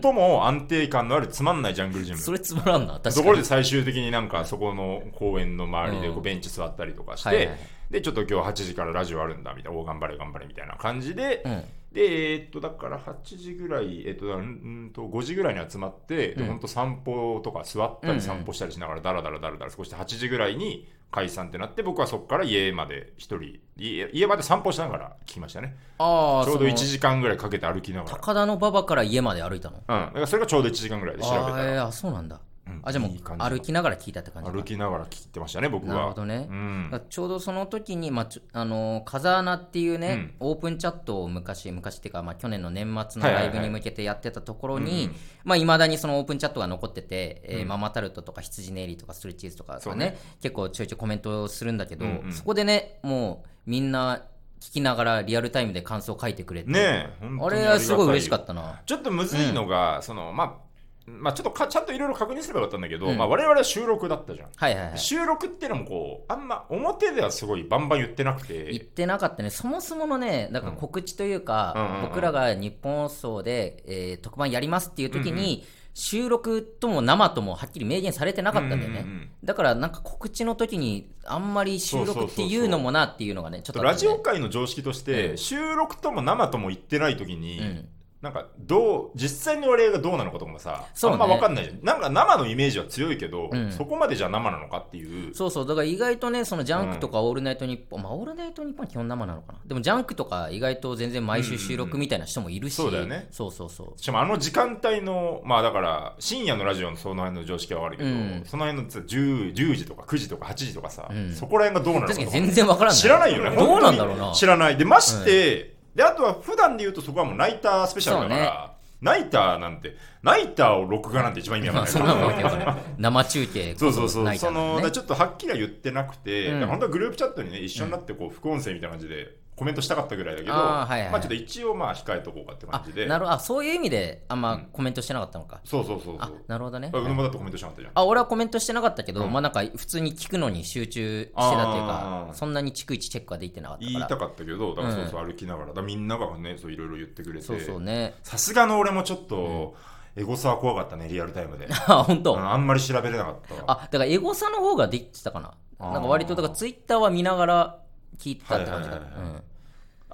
S2: 最も安定感のあるつまんないジャングルジム。
S1: それつまらんな確かに
S2: ところで最終的になんかそこの公園の周りでこ
S1: う
S2: うんベンチ座ったりとかして、
S1: はいはいはい
S2: で、ちょっと今日8時からラジオあるんだみたいな、おー頑張れ頑張れみたいな感じで、
S1: うん
S2: で、えーっと、だから8時ぐらい、えーっと、だからうんと5時ぐらいに集まって、
S1: う
S2: で、
S1: ん
S2: ほんと散歩とか座った
S1: うんうん
S2: り散歩したりしながら、だらだらだらだら少しで8時ぐらいに解散ってなって、僕はそこから家まで一人、家家まで散歩しながら聞きましたね。
S1: ああ
S2: ちょうど
S1: その
S2: 1時間ぐらいかけて歩きながら。
S1: 高田の馬場から家まで歩いたの
S2: うん。だからそれがちょうど1時間ぐらいで調べ
S1: あ
S2: た
S1: ー
S2: ら。
S1: えーあそうなんだ、
S2: うん
S1: あじゃあもう
S2: いい感じ
S1: 歩きながら聞いたって感じか
S2: 歩きながら聞いてましたね、僕は。
S1: なるほどね
S2: うん
S1: だ。からちょうどその時に、まあちょあのー風穴っていうね、オープンチャットを昔昔っていうか、まあ、去年の年末の
S2: はいはい
S1: ラ
S2: は
S1: イ
S2: い
S1: ブに向けてやってたところに、
S2: うんう
S1: い
S2: ん
S1: まあ、未だにそのオープンチャットが残ってて、えー
S2: うん
S1: ママタルトとか羊ネイリとかストリーチーズとかと
S2: そ
S1: か
S2: う
S1: ね
S2: ね
S1: 結構ちょいちょいコメントをするんだけど、
S2: うんうん
S1: そこでねもうみんな聞きながらリアルタイムで感想を書いてくれて、
S2: ねえ、本当
S1: あ
S2: に
S1: れはすごい嬉しか
S2: た
S1: ったな。
S2: ちょっとむずいのが、その、まあ、まあ、ちょっとかちゃんといろいろ確認すればよかったんだけど、
S1: うん
S2: まあ、我々は収録だったじゃん。
S1: はいはいはい
S2: 収録っていうのもこう、あんま表ではすごいバンバン言ってなく、
S1: 言っててなかったね、そもそものね、だから告知という
S2: うんうんうん
S1: か
S2: う、ん
S1: 僕らが日本放送で、えー特番やりますっていう時に、収録とも生ともはっきり明言されてなかったんだよ
S2: うんうんう
S1: ね
S2: ん。
S1: だからなんか告知の時に、あんまり収録っていうのもなっていうのがね、ちょっとあ
S2: ラ
S1: った
S2: ジ
S1: ね
S2: オ界の常識として、
S1: うん
S2: 収録とも生とも言ってない時に、
S1: うん
S2: なんかどう実際の割合がどうなのかとかもさ、
S1: そうね
S2: あんま分かんないじゃんなんか生のイメージは強いけど、
S1: うん
S2: そこまでじゃあ生なのかっていう
S1: そうそう、だから意外とね、そのジャンクとかオールナイトニッポン、まあオールナイトニッポンは基本生なのかな。でもジャンクとか意外と全然毎週収録みたいな人もいるし、
S2: うんうんうんそうだよね
S1: そうそうそう。
S2: しかもあの時間帯のまあだから深夜のラジオのその辺の常識は悪いけど、
S1: うん
S2: その辺のさ 10, 10時とか9時とか8時とかさ、
S1: うん
S2: そこら辺がどうなのか
S1: 確
S2: と
S1: か
S2: か
S1: に全然わからん
S2: 知らないよね
S1: どうなんだ
S2: 本
S1: ろう
S2: 当
S1: な
S2: に。知らないでまして、であとは普段で言うとそこはもうナイタースペシャルだから、ナイターなんてナイターを録画なんて一番意味わかんない
S1: そんなのわけわからん生中継
S2: そうそうそう、
S1: ないか
S2: そ
S1: らね
S2: のだからちょっとはっきりは言ってなくて、
S1: うん
S2: だから本当はグループチャットにね一緒になってこう副音声みたいな感じでコメントしたかったぐらいだけど、
S1: あーはいはい
S2: まあちょっと一応まあ控えとこうかって感
S1: あ
S2: じで
S1: なるあそういう意味であん
S2: う
S1: ま
S2: ん
S1: コメントしてなかったのか、
S2: そうそうそうそ
S1: あ
S2: う
S1: なるほどね、
S2: あ宇野もだってコメントしなかったじゃん
S1: あ俺はコメントしてなかったけど、
S2: うん
S1: まあなんか普通に聞くのに集中してたというか
S2: あー
S1: そんなに逐一チェックはできてなかった
S2: 言い
S1: から
S2: たかったけどだからそうそう歩きながら,、だからみんながねそういろいろ言ってくれて
S1: そうそう
S2: [laughs]
S1: ね
S2: さすがの俺もちょっと、エゴサは怖かったねリアルタイムで
S1: あ本当、
S2: うんあんまり調べれなかったわ
S1: あだからエゴサの方ができてたかな
S2: あー
S1: なんか割とだからツイッターは見ながら聞いてたって感じだった
S2: はいは
S1: う
S2: いはいはい
S1: ん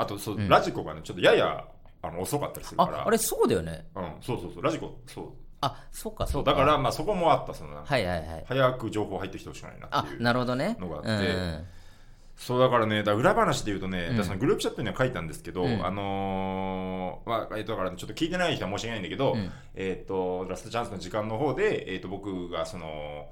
S2: あとそう、ラジコがねちょっとややあの遅かったりするから
S1: ああれそうだよね
S2: うん、そうそうそうラジコそう
S1: あそうかそ
S2: そうう
S1: か
S2: だからまあそこもあったそのなんか
S1: はいはいはい
S2: 早く情報入ってきてほしくないなっ
S1: あ
S2: ていう
S1: なるほどね
S2: のがあって
S1: うん
S2: そうだからね、だから裏話で言うと
S1: ん
S2: ね、だからそのグループチャットには書いたんですけど、
S1: うん
S2: あのーまあ、えっと、だからちょっと聞いてない人は申し訳ないんだけど、
S1: うん
S2: えっと、ラストチャンスの時間の方で、えっと、僕がその、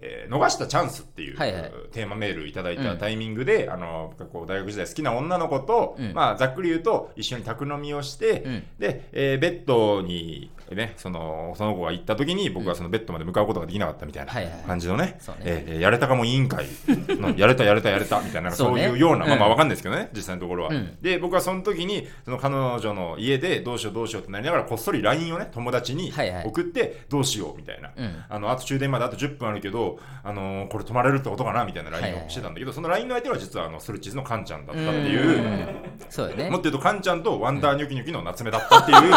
S2: えー逃したチャンスっていう、
S1: はいはい
S2: テーマメールいただいたタイミングで、あの僕がこう大学時代好きな女の子と、
S1: うん
S2: まあ、ざっくり言うと一緒に宅飲みをして、
S1: うん
S2: で、えーベッドにね、そのその子が行った時に僕はそのベッドまで向かうことができなかったみたいな
S1: はいはいはい
S2: 感じのね
S1: そうね
S2: えーえーやれたかも委
S1: [laughs]
S2: 員会のやれたやれたやれたみたいな
S1: そ
S2: そうう
S1: ね
S2: いうようなまあまあ
S1: うん
S2: わかんないですけどね実際のところは、
S1: うん
S2: で僕はその時にその彼女の家でどうしようどうしようってなりながらこっそり LINE をね友達に
S1: はいはい
S2: 送ってどうしようみたいな、
S1: うん
S2: あのあと終電まであと10分あるけど、あのーこれ止まれるってことかなみたいな LINE をしてたんだけど、その LINE の相手は実はあのスルチーズのカンちゃんだったっていう。
S1: そうよね
S2: もっと言うと、カンちゃんとワンダーニョキニョキの夏目だったっていう、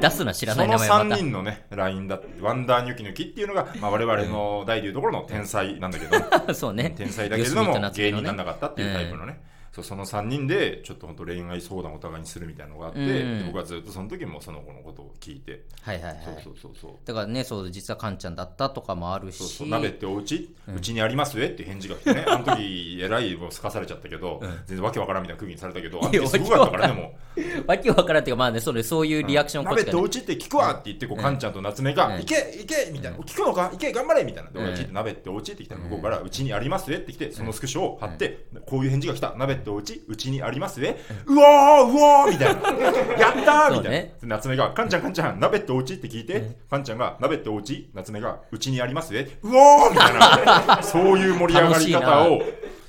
S1: 出すの知らな
S2: そ
S1: [laughs] い
S2: の
S1: 名前ま
S2: 3
S1: た
S2: 人のね、ラインだって、ワンダーニョキニョキっていうのが、まあ、我々
S1: [laughs]
S2: の大流ところの天才なんだけど、
S1: そうね
S2: 天才だけれど
S1: よしみと
S2: も、
S1: 夏
S2: 芸
S1: 美の
S2: 人に
S1: ね
S2: なんなかったっていうタイプのね、そうその3人で、ちょっと本当恋愛相談をお互いにするみたいなのがあって、
S1: うん
S2: で僕はずっとその時もその子のことを聞いて、
S1: はいはいはい
S2: そうそうそうそう。
S1: だからねそう実はカンちゃんだったとかもあるし
S2: そうそう鍋っておうち、うちにありますえって返事が来てね、あの
S1: [laughs]
S2: 時えらいもうすかされちゃったけど、全然わけわからんみたいな空気にされたけど、あの時すごかったからね、もう。
S1: わけわからんっていうかまあねそれそういうリアクションこっ
S2: 鍋
S1: ち
S2: っ
S1: か
S2: ておうちって聞くわって言ってこう、カンちゃんと夏目が、
S1: うん
S2: いけいけみたいな、聞くのかいけ頑張れみたいな。で、
S1: うん
S2: 俺が聞いて、鍋っておうちって来たら向こうから、うちにありますえって来て、そのスクショを貼って、こういう返事が来た、鍋っておうち、うちにありますえ、うおーうおーみたい
S1: [laughs]
S2: な。やったー
S1: そうね
S2: みたいな。で夏目が、カンちゃんカンちゃん、鍋っておうちって聞いて、カンちゃんが、鍋っておうち、夏目が、うちにありますえ、うおーみたい
S1: [laughs]
S2: な、そういう盛り上がり方を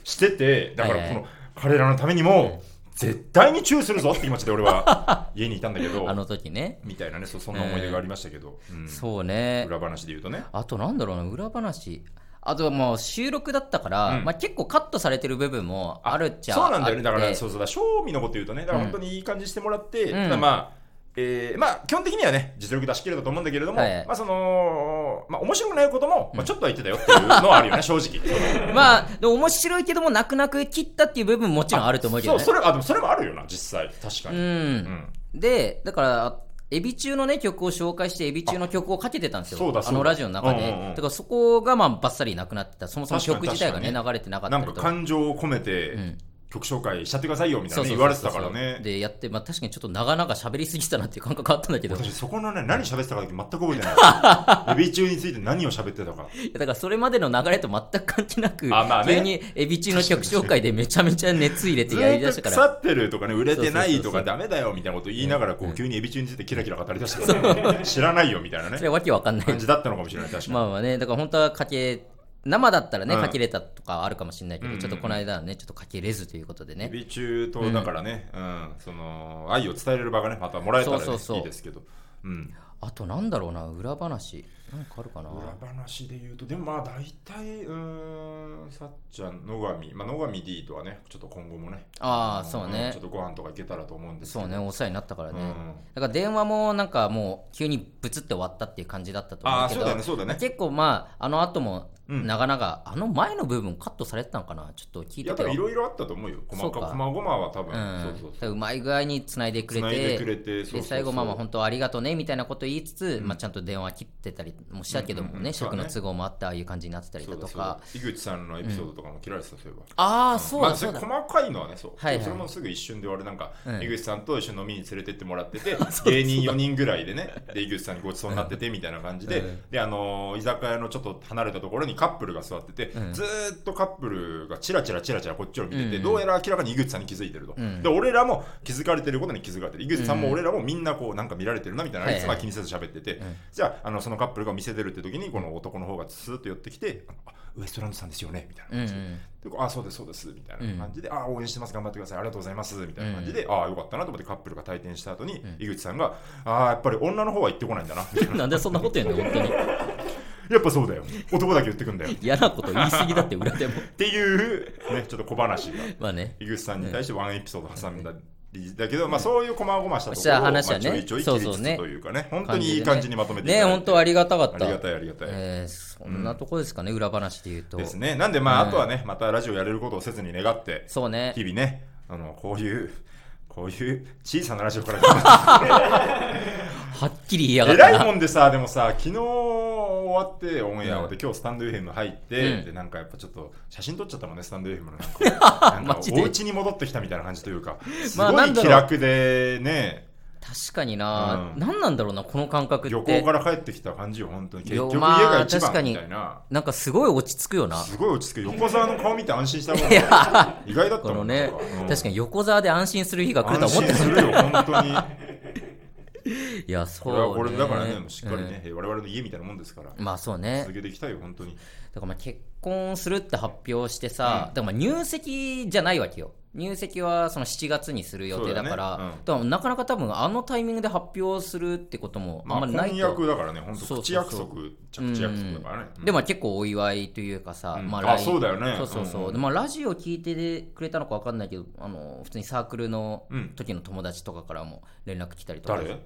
S2: してて、だか
S1: は
S2: ら
S1: い
S2: こ
S1: はい
S2: の、彼らのためにも、絶対にチューするぞって気持ちで俺は家にいたんだけ
S1: [laughs]
S2: ど、
S1: あの時ね
S2: みたいなねそそんな思い出がありましたけど、うん
S1: そうね
S2: 裏話で言うとね
S1: あとなんだろうな裏話あとはもう収録だったから、
S2: うん
S1: まあ、結構カットされてる部分もあるっちゃ
S2: そうなんだよねだか
S1: あっ
S2: ら
S1: て
S2: そうそうだ賞味のこと言うとねだから
S1: うん
S2: 本当にいい感じしてもらって、
S1: うん
S2: ただまあえーまあ、基本的にはね実力出し切れたと思うんだけれども、
S1: はい
S2: まあそのまあ、面白くないことも、まあ、ちょっとは言ってたよっていうのはあるよね正
S1: [laughs]
S2: 直
S1: まあでも面白いけども泣く泣く切ったっていう部分ももちろんあると思うけど、
S2: そう
S1: ね、
S2: それあでもそれもあるよな実際確か
S1: う
S2: に、うん
S1: んでだからエビ中のね曲を紹介してエビ中の曲をかけてたんですよ
S2: そうだそうだ
S1: あのラジオの中で、
S2: うんうんうん
S1: だからそこがまあバッサリなくなってたそもそも
S2: 確か
S1: 曲
S2: に
S1: 自体がね
S2: 確か
S1: 流れてなかった
S2: な
S1: りと
S2: んか
S1: か
S2: 感情を込めて、
S1: ん
S2: 曲紹介しちゃってくださいよみたい
S1: そ
S2: な
S1: う
S2: ね
S1: そう
S2: 言
S1: そ
S2: わ
S1: うそう
S2: れてたからね
S1: でやって、まあ、確かにちょっと長々喋りすぎてたなっていう感覚があったんだ
S2: [laughs]
S1: けど
S2: 私そこのね何喋ってたかだけ全く覚えて
S1: [laughs]
S2: ないエビ中について何を喋ってたか
S1: いやだからそれまでの流れと全く関係なく、
S2: あまあね
S1: 急にエビ中の曲紹介でめちゃめちゃ熱入れて
S2: ず
S1: やりだ
S2: ー
S1: し
S2: ったと
S1: から
S2: 腐ってるとかね売れてな
S1: そう
S2: い
S1: そう
S2: と
S1: そうそう
S2: かダメだよみたいなこと言いながらこう急にエビ中についてキラキラ語り出したからね知らないよみたいな
S1: それ
S2: ね
S1: はわけわかんない
S2: 感じだったのかもしれない確かに、
S1: まあまあねだから本当はかけ生だったらね、
S2: うん
S1: かけれたとかあるかもしれないけど、
S2: うんうん
S1: ちょっとこの間はねちょっとかけれずということで
S2: エ
S1: ね
S2: ビ中とだからね、うんその愛を伝えれる場がねまたもらえたらね、
S1: そうそうそう
S2: いいですけど、うん、
S1: あとなんだろうな裏話なんかあるかな
S2: 裏話で言うとでもまあ大体うーんさっちゃん野上、まあ、野上 D とはねちょっと今後もね
S1: ああそうね
S2: んちょっとご飯とか行けたらと思うんですけ
S1: そ
S2: ど
S1: うねお世話になったからね、
S2: うん
S1: だから電話もなんかもう急にブツって終わったっていう感じだったと
S2: あ
S1: 思う
S2: あ
S1: け
S2: そう
S1: ど
S2: だねそうだね
S1: 結構まああの後も
S2: うん
S1: 長々、あの前の部分カットされてたのかなちょっと聞い
S2: や
S1: て
S2: って
S1: よ
S2: ぱいろいろあったと思うよ細
S1: そう
S2: か
S1: か
S2: 細々は多分、
S1: うん
S2: そうそう
S1: だ
S2: そ
S1: から
S2: う
S1: うまい具合につないでくれ
S2: 繋い
S1: て
S2: でくれてそうそう
S1: で
S2: そう
S1: 最後まあまあ本当ありがとうねみたいなこと言いつつ、
S2: うん
S1: まあ、ちゃんと電話切ってたりもしたけどもね、
S2: うんうんうんそ
S1: 職
S2: うだね
S1: の都合もあってああいう感じになってたりだと
S2: そうだ
S1: か
S2: そうだ井口さんのエピソードとかも切られてた、そういえば
S1: ああそう
S2: ま
S1: だ
S2: あ
S1: そうだ、
S2: 細かいのはねそう、
S1: はいはい
S2: それもすぐ一瞬で俺なんか、
S1: うん
S2: 井口さんと一緒に飲みに連れてってもらっ
S1: [laughs]
S2: てて芸人4人ぐらいでねで井口さんにごちそうになっててみたいな感じで、
S1: うん
S2: であのー居酒屋のちょっと離れたところにカップルが座ってて、
S1: ん
S2: ずーっとカップルがチラチラチラチラこっちを見てて、
S1: うんうん
S2: どうやら明らかに井口さんに気づいてると、
S1: うん
S2: で俺らも気づかれてることに気づかれてる井口さん
S1: う
S2: も
S1: ん
S2: 俺らもみんなこうなんか見られてるなみたいな、
S1: はいはい
S2: いつもは気にせず喋ってて、
S1: ん
S2: じゃああのそのカップルが見せてるって時にこの男の方がスーッと寄ってきて「あウエストランドさんですよね」みたいな
S1: うんう
S2: 感じで。
S1: ん、
S2: でこうあそうですそうですみたいな感じで、あ応援してます頑張ってくださいありがとうございますみたいな感じで、あよかったなと思ってカップルが退店した後に、井口さんがあやっぱり女の方は言ってこないんだなみたいな [laughs]
S1: なんでそんなこと言うの本当に
S2: やっぱそうだよ男だけ言ってくんだよっ
S1: 嫌なこと言い過ぎだって裏
S2: [laughs]
S1: でも
S2: ていうねちょっと小話が
S1: まあね
S2: 井口さんに対してワンエピソード挟んだりだけど、まあそういう細々したとこ
S1: した
S2: ろを、
S1: 話はね
S2: まあ、ちょいちょい切りつつというかね本当にいい感じにまとめていただ
S1: ね
S2: いて
S1: 本当ありがたかっ
S2: あ
S1: た
S2: りがたいありがたい、
S1: えーそんなとこですかね、裏話で言うと
S2: ですねなんでまあ、
S1: うん
S2: あとはねまたラジオやれることをせずに願って
S1: そうね
S2: 日々ね、あの、こういう、こういう小さなラジオから
S1: はっきり言いやがっ
S2: え
S1: た
S2: ら
S1: ない
S2: もんでさ、でもさ、昨日終わってオンエアで、今日スタンド FM 入って、
S1: うん
S2: で、なんかやっぱちょっと写真撮っちゃったもんね、スタンド FM のなん
S1: [laughs]
S2: か。なんか
S1: マジで
S2: お家に戻ってきたみたいな感じというか、す
S1: まあ
S2: ご
S1: なん
S2: い
S1: だろう
S2: 気楽でね、
S1: 確かにな、
S2: うん
S1: なん、なんだろうなこの感覚って
S2: 旅行から帰ってきた感じよ、本当に。結
S1: い
S2: 局家
S1: やまあ
S2: が一
S1: 確か
S2: 番
S1: に
S2: みたいな。
S1: なんかすごい落ち着くよな
S2: すごい落ち着く。横澤の顔見て安心したもん
S1: いや
S2: 意外だった
S1: こ
S2: も
S1: の
S2: ん
S1: ね、
S2: うん
S1: 確かに横沢で安心する日が来るとは
S2: 安
S1: 思って
S2: 心
S1: [laughs] なか
S2: す
S1: っ
S2: るよ、本当に。
S1: いやそ
S2: こ
S1: う、
S2: れ
S1: ね、
S2: はこれだからね、もうしっかり
S1: うん
S2: ね、えー我々の家みたいなもんですから、
S1: まあそうね
S2: 続けていきたいよ、本当に。
S1: だからまあ結婚するって発表してさ、だからまあ入籍じゃないわけよ入籍はその7月にする予定だから
S2: そうだねうん
S1: だからなかなか多分あのタイミングで発表するってこともあ
S2: ま
S1: ん
S2: あ、
S1: まりない
S2: 婚
S1: と、
S2: 約だからね、本
S1: そ
S2: 当
S1: うそうそう
S2: 口約束、着地約束だからね。うん
S1: でも結構お祝いというかさ、
S2: うん
S1: まあ
S2: あ
S1: ライン
S2: そうだよね
S1: そうそうそう、
S2: うんうん
S1: でまあラジオ聞いてくれたのかわかんないけどあの普通にサークルの時の友達とかからも連絡来たりとか、
S2: 誰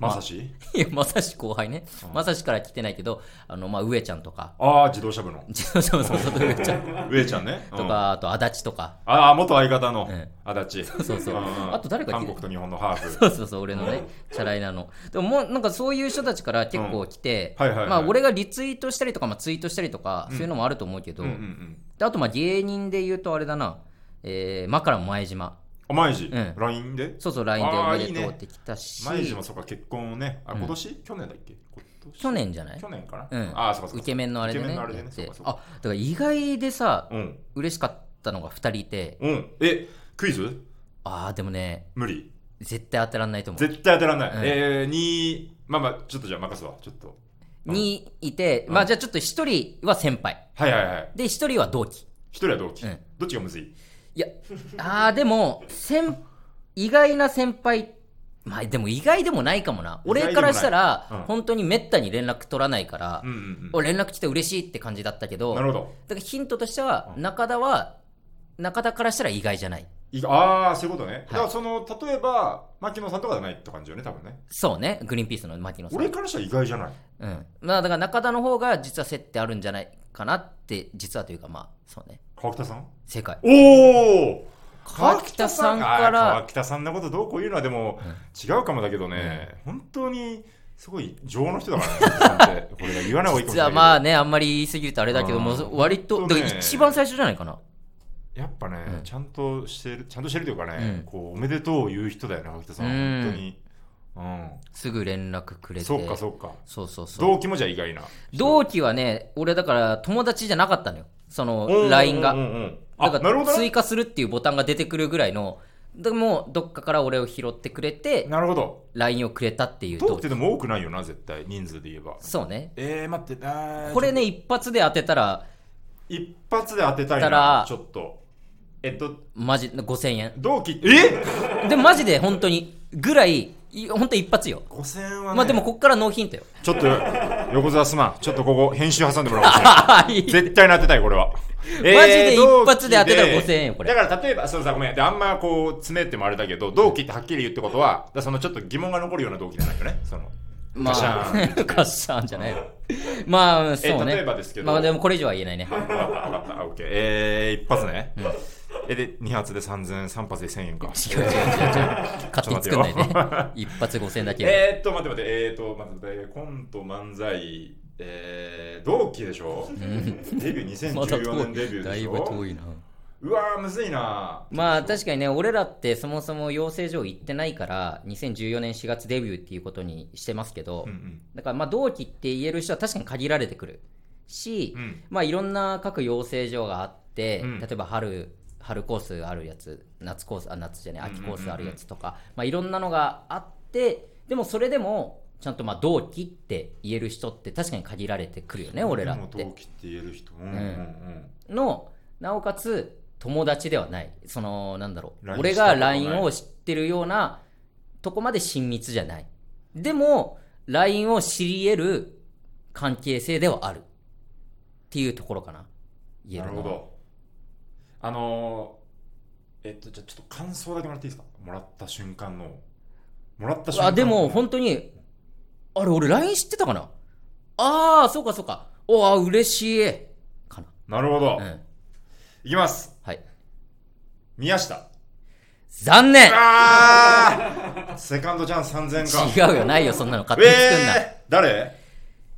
S2: まさし
S1: [laughs] いやまさし後輩ねまさしから来てないけどあのまあ上ちゃんとか [laughs]
S2: ああ、自動車部の。
S1: そうそうそうそう上ちゃん
S2: 上ちゃんね。うん
S1: とか、あと足立とか
S2: ああ、元相方の
S1: え
S2: 足立。
S1: そうそうん
S2: ん
S1: あと誰か
S2: 韓国と日本のハーフ。
S1: そうそうそう、俺のね、チャラいなの。でももう、なんかそういう人たちから結構来て、
S2: うんはいはいはい
S1: まあ俺がリツイートしたりとか、まあ、ツイートしたりとか、そういうのもあると思うけど、
S2: うんうんうん。
S1: であとまあ芸人で言うとあれだな、えーマカラン前島。
S2: あ、毎日、
S1: ん
S2: LINE で
S1: そうそう、LINE で
S2: あ
S1: お
S2: ー
S1: めでと
S2: いうい
S1: い
S2: ね
S1: ってきたし、
S2: 毎日もそうか、結婚をね、あ、今年、去年だっけ今年
S1: 去年じゃない
S2: 去年かな、
S1: うん
S2: ああ、そうかそうか。
S1: イケメンのあれで
S2: イケ
S1: ね、
S2: メンのあれで
S1: や
S2: ね、
S1: っ
S2: そう
S1: て
S2: かそう
S1: あ
S2: か。
S1: だから意外でさ、
S2: うん。
S1: 嬉しかったのが2人いて、
S2: うん。え、クイズ
S1: ああ、でもね、
S2: 無理。
S1: 絶対当たらないと思う。
S2: 絶対当てらんない。
S1: うん
S2: えー、に、まあまあ、ちょっとじゃあ任すわ、ちょっと。
S1: にいて、まあじゃあちょっと1人は先輩、
S2: はいはいはい。
S1: で、1人は同期。
S2: 一人は同期、
S1: うん
S2: どっちがむずい
S1: いや、あーでも、先、意外な先輩、まあでも意外でもないかもな。
S2: 意外でもない
S1: 俺からしたら、
S2: うん
S1: 本当にめったに連絡取らないから、
S2: うんうん
S1: 俺連絡来て嬉しいって感じだったけ
S2: う
S1: ど、
S2: ん。な
S1: だか
S2: るほど。
S1: らヒントとしては、中田は、中田からしたら意外じゃない。
S2: いああ、そういうことね。だからその、例えば、牧野さんとかじゃないって感じよね、多分ね。
S1: そうね、グリーンピースの牧野さん。
S2: 俺からしたら意外じゃない。
S1: うん。まあだから中田の方が実は接点あるんじゃないかなって、実はというかまあ、そうね、
S2: 川北さん
S1: 正解。
S2: おお
S1: 川北さんか
S2: あー
S1: ら
S2: 川、北さんのことどうこう言うのはでも、違うかもだけどね、本当にすごい情の人だ
S1: [laughs]
S2: からね、これが言わない方が
S1: 実は
S2: いいかもしれな
S1: い
S2: けど。
S1: まあね、あんまり言いすぎるとあれだけど、
S2: うん
S1: もう割と、だから一番最初じゃないかな。
S2: やっぱね、
S1: うん
S2: ちゃんとしてる、ちゃんとしてるというかね、
S1: うん
S2: こう、おめでとうを言う人だよね、川北さん。
S1: うん
S2: 本当に。う
S1: すぐ連絡くれ
S2: ん。
S1: て
S2: そうか、そうか。
S1: そうそうそう
S2: 同期もじゃあ意外な。
S1: 同期はね俺だから友達じゃなかったのよその LINE
S2: うんう
S1: が
S2: んうんうんあ、
S1: だ
S2: な
S1: か
S2: るほ
S1: ら
S2: どね。
S1: 追加するっていうボタンが出てくるぐらいのでもどっかから俺を拾ってくれて
S2: なるほど。
S1: LINE をくれたっていう
S2: トー
S1: 同
S2: クって
S1: 期
S2: でも多くないよな、絶対、人数で言えば。
S1: そうね
S2: えー、待って、あー
S1: これね一発で当てたら
S2: 一発で当てたい
S1: たら
S2: な、ちょっと。えっと、
S1: マジ5000円
S2: 同期、え
S1: でマジで本当にぐらいい本当一発よ
S2: ?5000 はね、
S1: まあでもこっからノーヒントよ
S2: ちょっと、横澤すまん、ちょっとここ、編集挟んでもらおうかな。
S1: [laughs] はい
S2: 絶対に当てたい、これは。マ
S1: マジで一発で当てたら5000円よこれ
S2: だから例えば、そうさ、ごめん。で、あんまこう、詰めてもあれだけど、同期ってはっきり言うってことは、だからそのちょっと疑問が残るような同期じゃないよね。その、
S1: ま
S2: ガシャーン。
S1: あ [laughs] カッシャンじゃないよまあそうね
S2: え例えばですけど
S1: まあでもこれ以上は言えないね
S2: わかった、わかった、オッケー。えー、一発ね。え、で、二発で3000円、三発で1000円か。
S1: [laughs] 違う違う違う違う勝手に作んないで
S2: ちょっと
S1: 一発5000円だけは、
S2: [laughs] えーっと、待って待って、えーっと、待って待って、コント、漫才、えー、同期でしょデビュー
S1: まだ遠
S2: 2014
S1: い
S2: 年デビュー
S1: だ
S2: で
S1: い
S2: し
S1: ぶ
S2: ょ
S1: 遠いな
S2: うわー、むずいな
S1: まあ確かにね俺らってそもそも養成所行ってないから2014年4月デビューっていうことにしてますけど、
S2: うんうん。
S1: だからまあ同期って言える人は確かに限られてくるし、
S2: うん
S1: まあいろんな各養成所があって、
S2: うん
S1: 例えば春春コースあるやつ夏コースあ夏じゃない秋コースあるやつとか、まあ、いろんなのがあってでもそれでもちゃんとまあ同期って言える人って確かに限られてくるよね俺らっ
S2: で
S1: て
S2: も同期って言える人。うんうんうん。
S1: のなおかつ友達ではないそのなんだろう
S2: LINE
S1: 俺が
S2: したことない
S1: LINE を知ってるようなとこまで親密じゃないでも LINE を知り得る関係性ではあるっていうところかな言え
S2: な
S1: る
S2: る
S1: の
S2: ほ
S1: は
S2: ど。あのー、えっと、じゃあちょっと感想だけもらっていいですかもらった瞬間の。もらった瞬間の
S1: あでも、本当にあれ俺 LINE 知ってたかなああそうかそうかおあ嬉しいか
S2: なるほど
S1: なう。ん
S2: いきます。
S1: はい
S2: 宮下。
S1: 残念
S2: あーセカンドチャンス3000か。
S1: 違うよないよそんなの勝手に作んな、
S2: えー、誰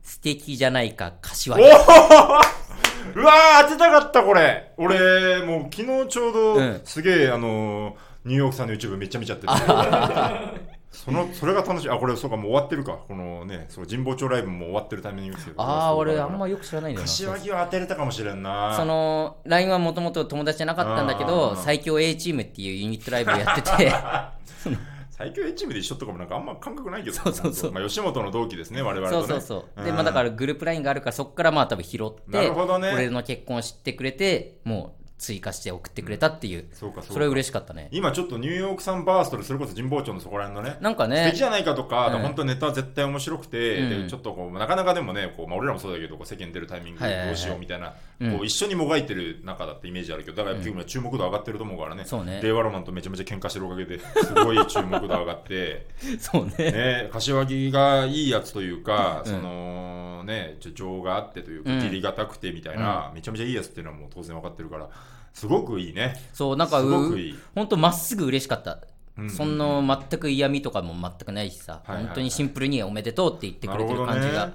S1: 素敵じゃないか柏
S2: お
S1: 木
S2: おうわー当てたかったこれ俺もう昨日ちょうど、
S1: うん
S2: すげえあのーニューヨークさんの YouTube めっちゃ見ちゃって
S1: [laughs]
S2: てそのそれが楽しいあこれそうかもう終わってるかこのねそう神保町ライブも終わってるタイミングですけど
S1: ああ俺あんま
S2: り
S1: よく知らないんだよな
S2: 柏木は当てれたかもしれんな
S1: その LINE はもともと友達じゃなかったんだけ
S2: あ
S1: ど
S2: ー [laughs]
S1: 最強 A チームっていうユニットライブやってて
S2: 最最強 A チームで一緒とかもなんかあんま感覚ないけど、
S1: そうそうそう
S2: なんとまあ、吉本の同期ですね、我々と
S1: そ
S2: ね。
S1: うそうそう。で、
S2: ん
S1: まあだからグループラインがあるから、そこからまあ多分拾って、
S2: なるほどね
S1: 俺の結婚を知ってくれて、もう追加して送ってくれたっていう、
S2: そうかそうか
S1: それは嬉しかったね。
S2: 今ちょっとニューヨークさんバーストで、それこそ神保町のそこら辺のね、
S1: なんか
S2: 素敵
S1: ね、
S2: じゃないかとか、
S1: うん
S2: 本当ネタ絶対面白くて、
S1: うん
S2: でちょっとこうなかなかでもねこう、まあ、俺らもそうだけどこう世間出るタイミング
S1: はいはいはい
S2: どうしようみたいな、
S1: うん
S2: こう一緒にもがいてる中だってイメージあるけどだから結構今注目度上がってると思うからね,、
S1: そうね
S2: 令和ロマンとめちゃめちゃ喧嘩してるおかげですごい注目度上
S1: [laughs]
S2: がって、
S1: そうね。
S2: ね、柏木がいいやつというか、
S1: うん
S2: そのねちょ情があってというか
S1: うん
S2: 義理がたくてみたいな、めちゃめちゃいいやつっていうのはもう当然分かってるからすごくいいね。
S1: そう、なんか、
S2: すごくいいう
S1: ほんとまっすぐ嬉しかった。
S2: うん
S1: そんな全く嫌味とかも全くないしさ、
S2: はいはいはい
S1: 本当にシンプルにおめでとうって言ってくれてる感じが。
S2: なるほどね
S1: っ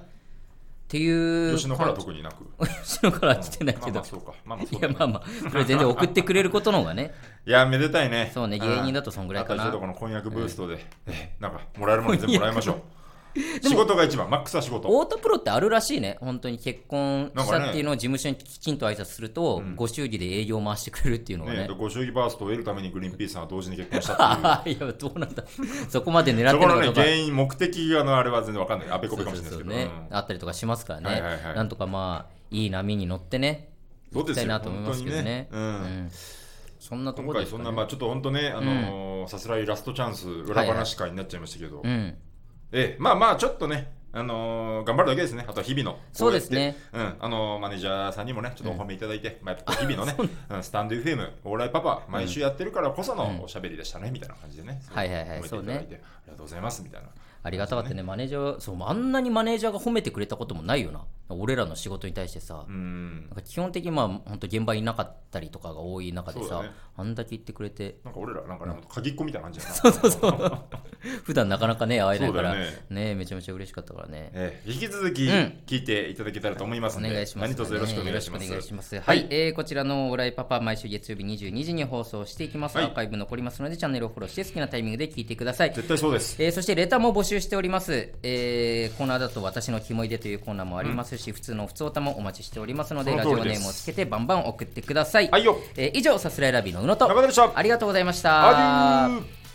S1: ていう。
S2: 吉野から特になく。
S1: 吉野 [laughs] からは来てないけ
S2: まあま
S1: ど
S2: あ。そうか。まあまあそ
S1: いう
S2: だ
S1: や
S2: ね
S1: まあまあ、それ全然送ってくれることの方がね、
S2: いや、めでたいね。
S1: そうね
S2: ん
S1: 芸人だとそんぐらいかな
S2: あとちょっとこの婚約ブーストで、えなんか、もらえるもの全部もらいましょ
S1: [laughs]
S2: う。仕事が一番、マックスは仕事。
S1: 太田プロってあるらしいね、本当に結婚したっていうのを事務所にきちんと挨拶すると、ご祝儀で営業回してくれるっていうのが
S2: ね
S1: ね
S2: え、。ご祝儀バーストを得るためにグリーンピースさんは同時に結婚したって
S1: [laughs]
S2: いう。
S1: ああ、いや、どうなんだ、そこまで狙っ
S2: そ
S1: て
S2: こ
S1: るの
S2: の
S1: か
S2: ね
S1: と、か。
S2: 原因、目的がのあれは全然わかんない。あべ
S1: そ
S2: こべ
S1: う
S2: かも
S1: そ
S2: し
S1: う
S2: れないで
S1: そ
S2: す
S1: う
S2: けど。
S1: ね、
S2: うん
S1: あったりとかしますからね、
S2: はいはいはい
S1: なんとかまあ、いい波に乗ってね、
S2: そ
S1: 行
S2: うで
S1: き
S2: す
S1: た
S2: よ
S1: いなと思いますけどね。
S2: 本当にねうん
S1: んそんなとこ
S2: 今
S1: ろ
S2: 回
S1: です
S2: そ
S1: か
S2: ん
S1: ね
S2: な、まあちょっと本当ね、あのーさすらいラストチャンス、裏話会になっちゃいましたけど、
S1: うん、
S2: ええ、まあまあ、ちょっとね、あのー頑張るだけですね。あとは日々の。
S1: そうですね
S2: こうやって。うん。あのーマネージャーさんにもね、ちょっとお褒めいただいて、まあやっぱ日々のね、うんスタンド FM、オーライパパ、毎週やってるからこそのおしゃべりでしたね、みたいな感じでね。
S1: はいはいはい
S2: 褒めていただいて、ありがとうございます、みたいな。
S1: ありがたかったね、マネージャー、そうあんなにマネージャーが褒めてくれたこともないよな、俺らの仕事に対してさ、
S2: うん
S1: な。んか基本的にまあ本当現場いなかったりとかが多い中で
S2: そう
S1: さ、
S2: だね
S1: あんだけ言ってくれて
S2: なんか俺ら、なんかね、鍵っ子みたいな感じだな。そうそうそう。
S1: 普段なかなかね会えないから
S2: そうだよ
S1: ね
S2: ね
S1: めちゃめちゃ嬉しかったからね。
S2: ええ、引き続き、
S1: ん
S2: 聞いていただけたらと思います
S1: お
S2: ので、
S1: 願いします、
S2: 何卒よろしくお願いし
S1: よ
S2: ま
S1: ろ
S2: す。
S1: くお願いします
S2: は
S1: はいい、えーこちらのオーライパパ、毎週月曜日22時に放送していきます。
S2: はい
S1: アーカイブ残りますので、チャンネルをフォローして好きなタイミングで聞いてください。
S2: 絶対そうです。
S1: えーそしてレターも募集しております、えーコーナーだと私のキモいでというコーナーもありますし、普通の普通おたもお待ちしておりますので
S2: その
S1: ラジ
S2: 通り
S1: オネームをつけてバンバン送ってください、
S2: はいよ
S1: えー以上さすらいラビーの宇野と
S2: 中田でした
S1: ありがとうございました
S2: アデュー